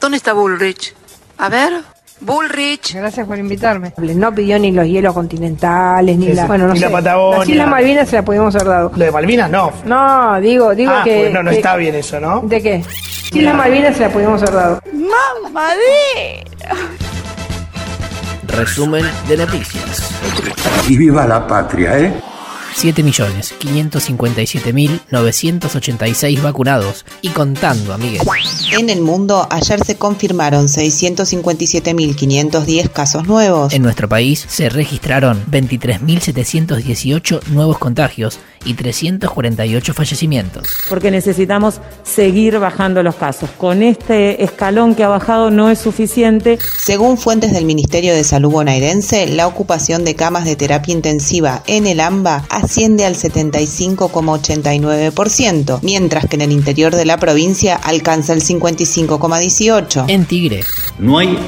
¿Dónde está Bullrich? A ver. Bullrich. Gracias por invitarme. No pidió ni los hielos continentales, ni Sí, la. sí, Bueno, no ni la sé. Patagonia. Las Islas Malvinas se la pudimos haber dado. Lo de Malvinas no. No, digo, digo ah, que. pues no, no que- está bien eso, ¿no? ¿De qué? Sí, las Malvinas se la pudimos haber dado. Resumen de noticias. Y viva la patria, ¿eh? 7.557.986 vacunados. Y contando, amigues. En el mundo, ayer se confirmaron 657.510 casos nuevos. En nuestro país se registraron 23.718 nuevos contagios y 348 fallecimientos. porque necesitamos seguir bajando los casos. Con este escalón que ha bajado no es suficiente. Según fuentes del Ministerio de Salud bonaerense, la ocupación de camas de terapia intensiva en el AMBA asciende al 75,89%, mientras que en el interior de la provincia alcanza el 55,18%. En Tigre, No hay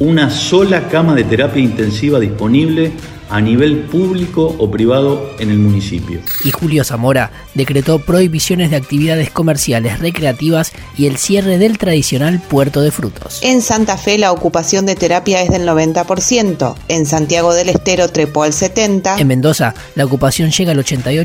una sola cama de terapia intensiva disponible a nivel público o privado en el municipio. y Julio Zamora decretó prohibiciones de actividades comerciales, recreativas y el cierre del tradicional puerto de frutos. En Santa Fe la ocupación de terapia es del 90%, en Santiago del Estero trepó al 70%, En Mendoza, la ocupación llega al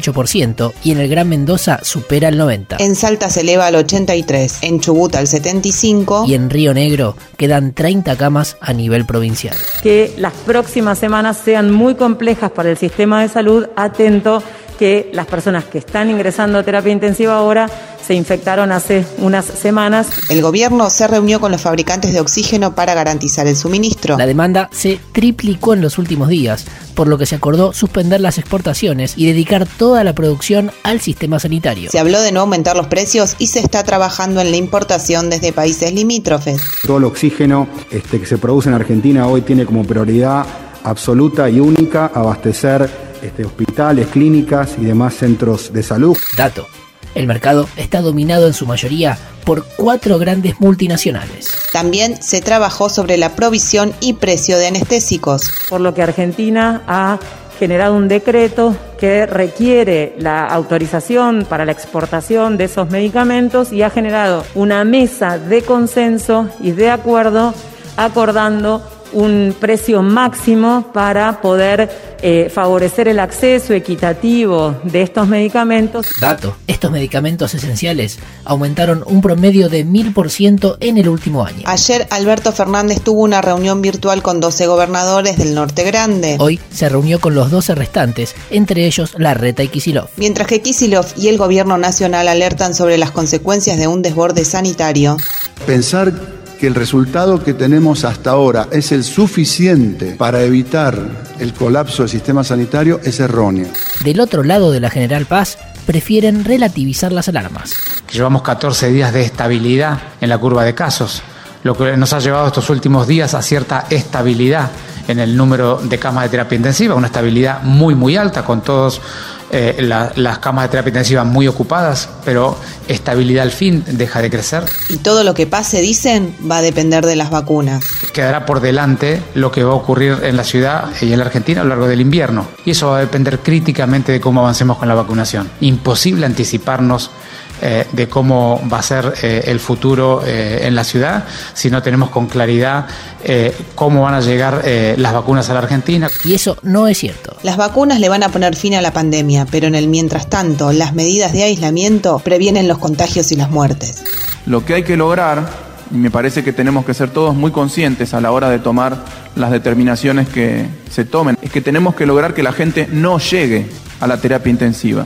88% y en el Gran Mendoza supera el 90%. en Salta se eleva al 83%, en Chubut al 75%, Y en Río Negro quedan 30 camas a nivel provincial. Que las próximas semanas sean muy complejas para el sistema de salud, atento que las personas que están ingresando a terapia intensiva ahora se infectaron hace unas semanas. El gobierno se reunió con los fabricantes de oxígeno para garantizar el suministro. La demanda se triplicó en los últimos días, por lo que se acordó suspender las exportaciones y dedicar toda la producción al sistema sanitario. Se habló de no aumentar los precios y se está trabajando en la importación desde países limítrofes. Todo el oxígeno este, que se produce en Argentina hoy tiene como prioridad absoluta y única abastecer este, hospitales, clínicas y demás centros de salud. Dato. El mercado está dominado en su mayoría por cuatro grandes multinacionales. También se trabajó sobre la provisión y precio de anestésicos. por lo que Argentina ha generado un decreto que requiere la autorización para la exportación de esos medicamentos y ha generado una mesa de consenso y de acuerdo acordando un precio máximo para poder eh, favorecer el acceso equitativo de estos medicamentos. Dato. Estos medicamentos esenciales aumentaron un promedio de 1000% en el último año. Ayer Alberto Fernández tuvo una reunión virtual con 12 gobernadores del Norte Grande, Hoy se reunió con los 12 restantes, entre ellos Larreta y Kisilov. mientras que Kisilov y el gobierno nacional alertan sobre las consecuencias de un desborde sanitario. Pensar que el resultado que tenemos hasta ahora es el suficiente para evitar el colapso del sistema sanitario es erróneo. Del otro lado de la General Paz, prefieren relativizar las alarmas. Llevamos 14 días de estabilidad en la curva de casos, lo que nos ha llevado estos últimos días a cierta estabilidad en el número de camas de terapia intensiva, una estabilidad muy, muy alta, con todas las camas de terapia intensiva muy ocupadas, pero estabilidad al fin deja de crecer. Y todo lo que pase, dicen, va a depender de las vacunas. Quedará por delante lo que va a ocurrir en la ciudad y en la Argentina a lo largo del invierno, y eso va a depender críticamente de cómo avancemos con la vacunación. Imposible anticiparnos eh, de cómo va a ser eh, el futuro eh, en la ciudad si no tenemos con claridad eh, cómo van a llegar eh, las vacunas a la Argentina. Y eso no es cierto. Las vacunas le van a poner fin a la pandemia, pero en el mientras tanto, las medidas de aislamiento previenen los contagios y las muertes. Lo que hay que lograr, y me parece que tenemos que ser todos muy conscientes a la hora de tomar las determinaciones que se tomen, es que tenemos que lograr que la gente no llegue a la terapia intensiva.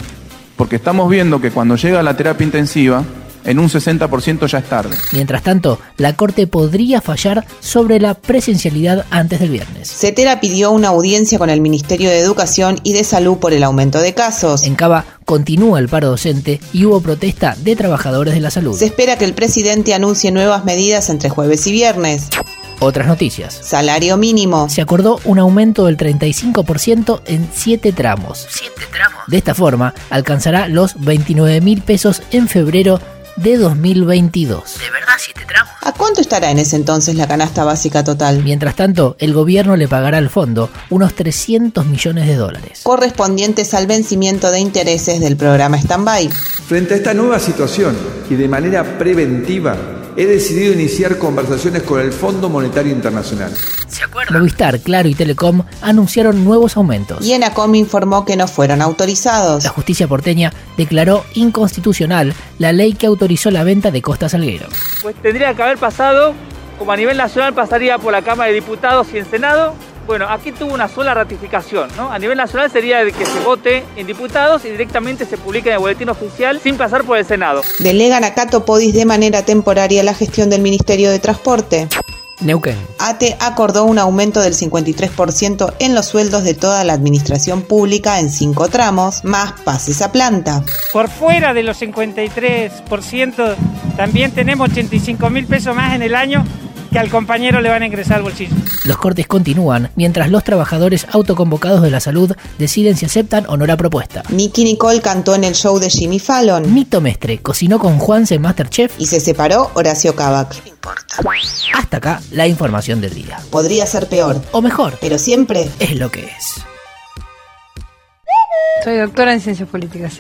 Porque estamos viendo que cuando llega a la terapia intensiva, en un 60% ya es tarde. Mientras tanto, la Corte podría fallar sobre la presencialidad antes del viernes. CETERA pidió una audiencia con el Ministerio de Educación y de Salud por el aumento de casos. En Cava continúa el paro docente y hubo protesta de trabajadores de la salud. Se espera que el presidente anuncie nuevas medidas entre jueves y viernes. Otras noticias. Salario mínimo. Se acordó un aumento del 35% en 7 tramos. De esta forma, alcanzará los 29 mil pesos en febrero de 2022. ¿A cuánto estará en ese entonces la canasta básica total? Mientras tanto, el gobierno le pagará al fondo unos 300 millones de dólares. Correspondientes al vencimiento de intereses del programa Standby. Frente a esta nueva situación y de manera preventiva, he decidido iniciar conversaciones con el Fondo Monetario Internacional. Movistar, Claro y Telecom anunciaron nuevos aumentos. Y Enacom informó que no fueron autorizados. La justicia porteña declaró inconstitucional la ley que autorizó la venta de Costa Salguero. Pues tendría que haber pasado, como a nivel nacional pasaría por la Cámara de Diputados y el Senado. Bueno, aquí tuvo una sola ratificación, ¿no? A nivel nacional sería de que se vote en diputados y directamente se publique en el boletín oficial sin pasar por el Senado. Delegan a Cato Podis de manera temporaria la gestión del Ministerio de Transporte. Neuquén. ATE acordó un aumento del 53% en los sueldos de toda la administración pública en cinco tramos, más pases a planta. Por fuera de los 53%, también tenemos 85 mil pesos más en el año que al compañero le van a ingresar al bolsillo. Los cortes continúan mientras los trabajadores autoconvocados de la salud deciden si aceptan o no la propuesta. Nicky Nicole cantó en el show de Jimmy Fallon Mito Mestre cocinó con Juanse en Masterchef. y se separó Horacio Cabac. Hasta acá la información del día. Podría ser peor, O mejor, pero siempre es lo que es. Soy doctora en ciencias políticas.